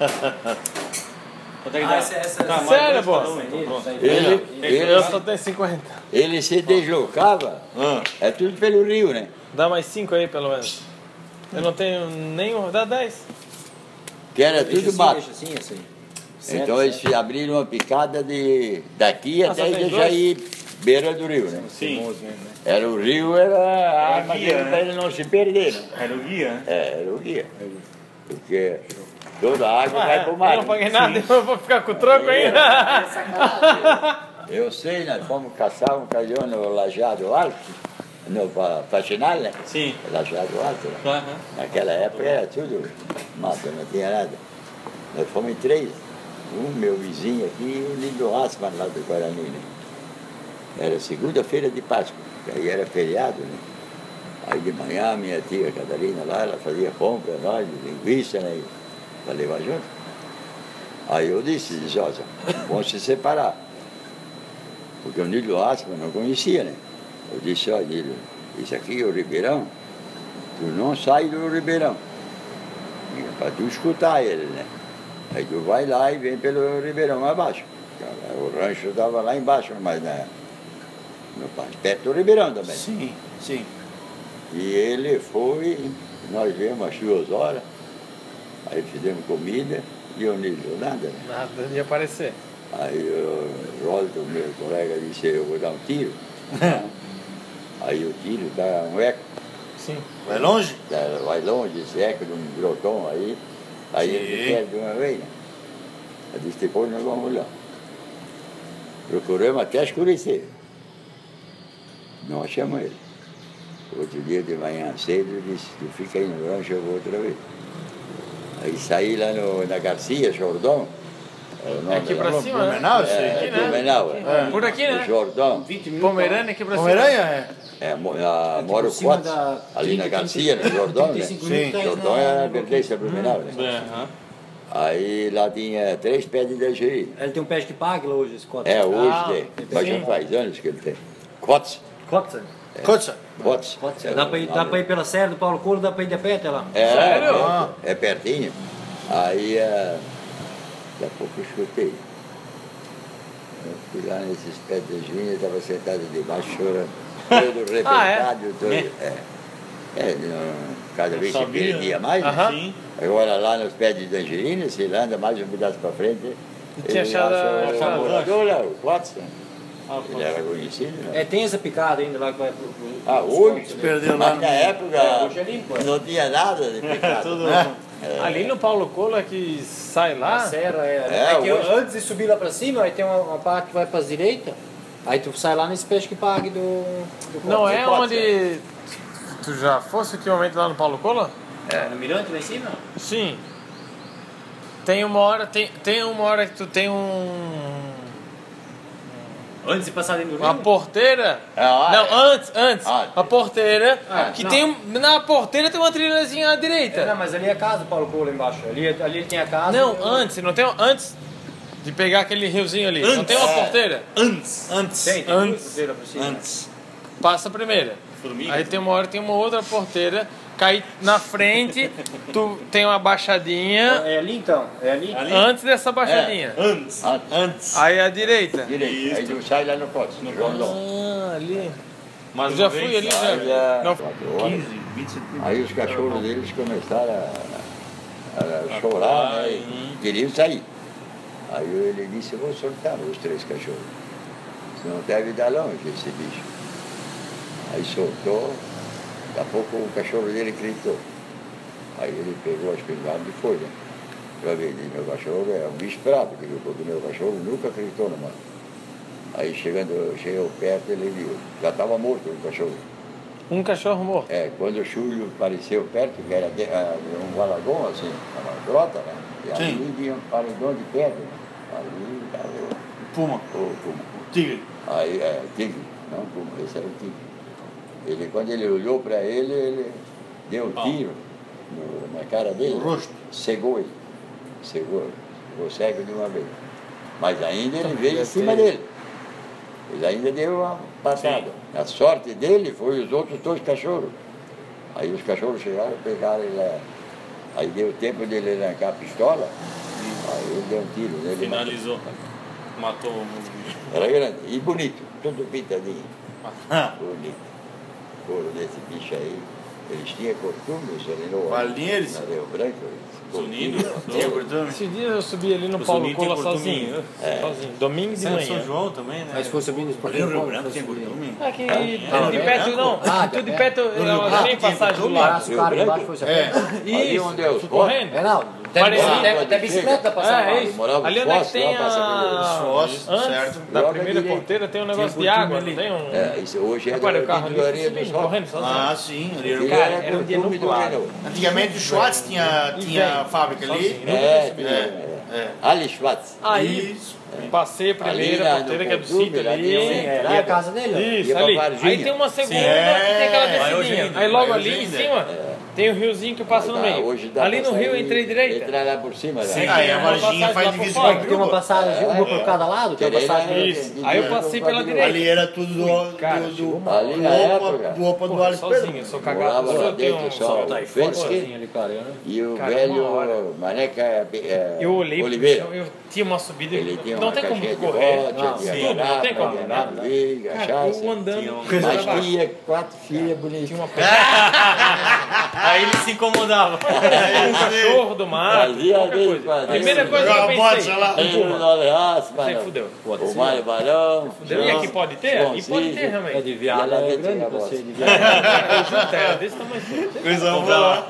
S2: Quanto é que
S1: Ah,
S2: dá?
S1: essa- essa-
S2: Tá, mais
S4: Sério,
S2: dois
S4: pô?
S2: cada um, então, pronto.
S3: Ele,
S4: Eu
S3: ele,
S4: só tenho 50.
S3: ele se deslocava,
S4: Ah.
S3: é tudo pelo rio, né?
S4: Dá mais 5 aí, pelo menos. Eu não tenho nenhum. Dá 10.
S3: Que era
S1: Deixa
S3: tudo
S1: assim,
S3: mato.
S1: deixa assim, assim.
S3: Então eles abriram uma picada de daqui
S4: Ah, só
S3: até
S4: tem
S3: Itajaí, beira do rio, né?
S2: Sim,
S3: Era o rio, era a arma
S2: guia,
S3: dele
S2: né?
S3: para ele não se perder. né?
S2: era o guia, né?
S3: É, era o guia. Porque toda a água vai
S4: Ah,
S3: para o
S4: eu não
S3: mar. né?
S4: paguei nada, eu vou ficar com o troco ainda.
S3: Eu sei, nós fomos caçar um calhão no Lajado Alto, no Pa- Faxinal, né?
S2: Sim.
S3: Lajado Alto. né?
S2: Aham.
S3: Naquela época era tudo mata, não tinha nada. Nós fomos em três. Um meu vizinho aqui e o Lindo Rasman lá do Guarani. né? Era segunda-feira de Páscoa, que aí era feriado, né? Aí de manhã minha tia Catarina lá, ela fazia pão para nós, de linguiça, né? Para levar junto. Aí eu disse, disse, ó, vamos se separar. Porque o Nilo Asma não conhecia, né? Eu disse, ó, Nilo, isso aqui é o Ribeirão, tu não sai do Ribeirão. Para tu escutar ele, né? Aí tu vai lá e vem pelo Ribeirão abaixo. O rancho estava lá embaixo, mas na, no, perto do Ribeirão também.
S7: Sim, sim.
S3: E ele foi, nós viemos às duas horas, aí fizemos comida e eu nem deu nada. né?
S4: Nada de aparecer.
S3: Aí o Roldo, meu colega, disse, eu vou dar um tiro. aí o tiro dá um eco,
S4: Sim.
S7: Vai longe?
S3: dá- vai longe, esse eco de um grotão aí, aí ele
S7: Sim.
S3: perde de uma vez, né? Eu disse, depois nós vamos lá. Procuramos até escurecer. Não achamos ele. Outro dia de manhã cedo, eu disse, tu fica aí no rancho, eu vou outra vez. Aí saí lá no- na Garcia, Jordão, É
S4: Aqui pra cima, né?
S7: Blumenau, isso
S3: É,
S7: aí?
S4: aqui, né?
S3: Blumenau, é.
S4: Por aqui, né?
S3: O Jordão.
S4: Pomerânia aqui pra cima.
S7: Pomerânia, é.
S3: É, mo- a
S1: Tá
S3: Moro
S1: por cima
S3: Cotes,
S1: da
S3: ali na
S1: 30,
S3: Garcia, no Jordão, né?
S1: 35
S7: Sim.
S1: minutos,
S3: Jordão
S1: né?
S3: é a vertência Blumenau,
S1: Hum.
S3: né?
S2: É, aham.
S3: Aí lá tinha três pés de DGI.
S1: Ele tem um pé de pagla hoje, esse Cotson.
S3: É, hoje
S4: Ah,
S3: tem.
S1: tem
S3: Mas
S1: sim.
S3: já faz anos que ele tem. Cotes,
S1: Cotson.
S7: Coxa.
S3: Cotes. É,
S1: Dá pra, ir, dá pra ir Ah. pela Serra do Paulo Couro, dá pra ir de pé até lá.
S3: É,
S4: Sério?
S3: É, é pertinho. Aí, é, daqui a pouco eu escutei. Eu fui lá nesses pés de vinho, estava sentado debaixo chorando. Todo arrebentado,
S4: Ah, é?
S3: todo.
S1: Né?
S3: É. É, não- cada
S2: Eu
S3: vez se
S2: sabia.
S3: perdia mais. né?
S4: Aham.
S2: Sim.
S3: Agora lá nos pés de tangerina, se lá anda mais um pedaço para frente.
S4: E tinha
S3: ele
S4: achado-
S3: acha o
S4: achado.
S3: morador lá, o Watson.
S2: Ah,
S3: Ele era conhecido, né?
S1: É, tem essa picada ainda lá que vai pro. pro
S3: Ah, hoje,
S4: É,
S7: Perdeu lá
S3: mas
S7: no
S3: na época
S1: hoje é limpo, é.
S3: não tinha nada de É. picado.
S2: é Tudo
S3: né?
S4: Ali no Paulo Cola que sai
S1: a
S4: lá.
S1: serra é.
S3: É,
S1: é que
S3: hoje-
S1: Antes de subir lá pra cima, aí tem uma, uma parte que vai pras direitas. Aí tu sai lá nesse peixe que pague do. do
S4: Não
S1: Cotson.
S4: é onde. Tu já fosse ultimamente lá no Paulo Cola?
S1: É No mirante lá em cima?
S4: Sim. Tem uma hora. Tem, tem uma hora que tu tem um.
S1: Antes de passar dentro do
S4: Uma
S1: rio?
S4: porteira.
S3: Ah,
S4: não,
S3: é.
S4: antes, antes.
S3: Ah,
S4: a porteira. que
S1: não.
S4: tem um- Na porteira tem uma trilhazinha à direita.
S1: Não, mas ali é a casa do Paulo Couro lá embaixo. Ali, ali ele tem a casa.
S4: Não,
S1: Eu-
S4: antes, não tem um, antes de pegar aquele riozinho ali. Não tem uma porteira.
S5: Antes. Antes.
S1: Tem, tem
S4: Antes.
S1: antes. Pra cima.
S5: Antes.
S4: Passa a primeira.
S2: Formiga.
S4: Aí tem uma hora tem uma outra porteira. Cai na frente, tu tem uma baixadinha
S1: É ali então? É ali?
S2: Ali?
S4: antes dessa baixadinha.
S2: Antes.
S3: Antes.
S5: Antes.
S4: Aí à direita.
S3: Direito. Aí tu sai lá no Cotes, no Jordão.
S4: Ah, ali.
S2: Mas
S4: Eu já
S2: uma
S4: fui
S2: vez-
S4: ali
S3: Aí,
S4: já.
S3: é,
S4: Não,
S3: quatro horas. Aí os cachorros deles começaram a, a chorar, né? E queriam sair. Aí ele disse, eu vou soltar os três cachorros. Senão deve dar longe esse bicho. Aí soltou, daqui a pouco o cachorro dele gritou. Aí ele pegou a espingarda e foi, né? Pra ver, diz, meu cachorro é um bicho bravo, que o meu cachorro nunca gritou no mar. Aí chegando, chegou perto, ele viu, já estava morto o cachorro.
S4: um cachorro morto.
S3: É, quando o Júlio apareceu perto, que era de- ah, um valagão assim, uma grota, né? E ali tinha um paredão de pedra. né? Ali estava o,
S5: Puma.
S3: o Puma.
S5: Tigre.
S3: Aí, é, tigre, não Puma, esse era o tigre. Ele, quando ele olhou para ele, ele deu um tiro no- na cara dele.
S5: No rosto.
S3: Cegou ele. Cegou, ficou cego de uma vez. Mas ainda ele
S5: Tá,
S3: veio em cima dele. Ele ainda deu uma patada. A sorte dele foi os outros dois cachorros. Aí os cachorros chegaram, pegaram ele. lá. Aí deu tempo dele arrancar a pistola. Aí ele deu um tiro nele.
S2: Finalizou. Matou o bicho.
S3: Era grande e bonito, tudo pintadinho.
S5: Ah.
S3: Bonito. Couro desse bicho aí. Eles tinham costume, os arenôs.
S5: Valinha, eles-
S3: Na Rio Branco. eles-
S2: Zunido.
S5: Tem o Gordão.
S4: Esses dias eu subi ali no
S2: Eu
S4: Paulo
S2: subi em
S4: Cola
S2: Portuminho.
S4: sozinho. Sozinho. Domingo de
S5: é
S2: São São
S4: manhã.
S2: João também, né?
S6: Mas se fosse vindo
S5: Ali no Rio Branco tem Gordão.
S4: Aqui, de perto não,
S6: Ah,
S4: tudo de
S6: é.
S4: perto, ela nem passagem do lado.
S6: Braço, cara,
S3: Rio
S6: embaixo
S3: Branco?
S6: fosse a perna.
S3: Ali onde é os postos.
S4: Correndo.
S6: É, não. Até,
S4: Parece-
S6: até,
S3: Pode
S6: até
S3: ser.
S6: bicicleta passava.
S4: Ah, é
S6: lá.
S4: isso.
S3: morava
S4: Ali
S3: os
S4: onde é que
S3: fósseis,
S4: tem
S3: lá passa
S4: a...
S3: pelo-
S5: Fósseis,
S4: Antes
S5: certo.
S4: da
S3: Logo
S4: primeira
S3: direito.
S4: porteira tem um negócio de água, não tem um...
S3: É, isso hoje é
S4: Agora o carro
S3: do
S4: ali,
S3: Areia
S4: subindo,
S3: do
S4: correndo sozinho.
S5: Ah, sim. Ali no
S3: Ele
S4: Cara,
S3: era
S4: era um dia
S3: costume do
S4: nublado.
S3: Arenô.
S5: Antigamente o Schwartz tinha, tinha a fábrica ali.
S3: É, tinha,
S4: né?
S5: É,
S3: é. Ali Schwartz.
S4: Aí
S5: Isso.
S4: passei a primeira
S3: Ali na-
S4: porteira
S3: no
S4: que é do
S3: Portugal,
S4: sítio
S3: lá
S4: ali.
S3: tem um-
S1: É, ali é a casa dele. ó.
S4: Isso,
S3: Ia pra
S4: ali.
S3: Varginha.
S4: Aí tem uma segunda
S5: Sim.
S4: que tem aquela
S5: É. Vai hoje
S4: descidinha.
S5: ainda,
S4: Aí logo
S5: vai
S4: ali
S5: hoje
S4: em
S5: ainda.
S4: cima tem o riozinho que passa no
S3: Mas, ah,
S4: meio.
S3: hoje dá
S4: Ali
S3: pra
S4: no rio
S3: sair-
S4: entrei direita.
S3: Entrar lá por cima,
S5: Sim,
S3: né?
S5: aí a
S4: Uma
S5: Varginha
S4: passagem lá
S5: faz
S4: pra
S5: divisão
S4: fora.
S5: com
S1: Tem uma
S5: Biruba.
S4: É,
S1: passagem, uma por cada lado? Tem uma passagem.
S4: né?
S3: é
S4: Isso. Aí eu passei pela direita.
S5: Ali era tudo do,
S4: Cara,
S5: do,
S4: chegou
S5: do,
S4: uma
S3: Ali
S5: do
S3: na
S5: Opa,
S3: época,
S5: do Opa do Alex
S4: Sozinho, eu
S5: Pedro.
S4: sou cagado.
S3: morava
S4: eu
S3: lá
S4: só tenho
S3: dentro
S4: um-
S3: só o Fensky
S1: Ali, cara, né?
S3: e o
S4: Cara, é uma hora.
S3: velho Maneca eh,
S4: Eu olhei pro
S3: Oliveira.
S4: chão, eu tinha uma subida.
S3: Ele tinha
S4: não
S3: uma
S4: tem como
S3: caixinha
S4: tu
S3: de
S4: correr.
S3: bote, tinha
S4: sim, não tem como.
S3: garrafa, vinho,
S4: Cara,
S3: cachaça.
S4: eu andando.
S3: assim. Mas tinha quatro filhas bonitas.
S4: Tinha uma pedra,
S2: Aí ele se incomodava.
S4: um
S2: assim.
S4: cachorro do mar,
S3: Fazia
S4: qualquer
S3: dele,
S4: coisa.
S3: fazia assim. um
S4: Primeira
S3: dele.
S4: coisa que eu
S5: Jogava bote
S4: pensei.
S5: Ah, lá.
S3: Aí o Nove Raça,
S4: Aí
S3: mano.
S4: fudeu.
S3: O Mário Barão.
S4: Fudeu. E aqui pode ter? E pode ter realmente.
S1: É de viada,
S3: Ela
S1: é
S3: tem
S1: grande
S3: a
S1: pra
S3: voz.
S1: ser de viada.
S4: Cara, eu juro, era desse tamanho.
S5: Coisa boa.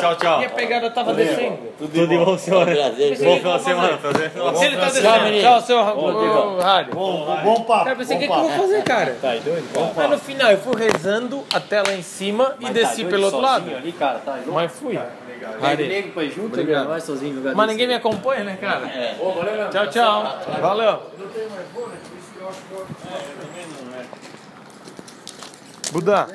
S2: Tchau, tchau.
S4: E a pegada tava descendo.
S2: Tudo de
S3: um
S2: bom, senhora. Bom final de semana. tá certo?
S4: Se ele tá
S3: Tchau,
S4: descendo.
S3: menino.
S4: Tchau, seu ô, rádio.
S5: Bom, bom papo.
S4: Cara, eu pensei, o
S5: bom
S4: que, que eu
S5: papo.
S4: vou fazer, cara? Tá doido? Mas no
S1: tá,
S4: final, eu fui rezando até lá em cima e desci pelo outro lado.
S1: Ali, cara, tá
S4: Mas fui.
S8: Obrigado.
S4: Harry.
S1: Nego pra junto,
S4: Obrigado.
S1: né? nós sozinhos jogadores.
S4: Mas ninguém me acompanha, né, cara?
S1: Ô, valeu, meu.
S4: Tchau, tchau. Valeu. Buda.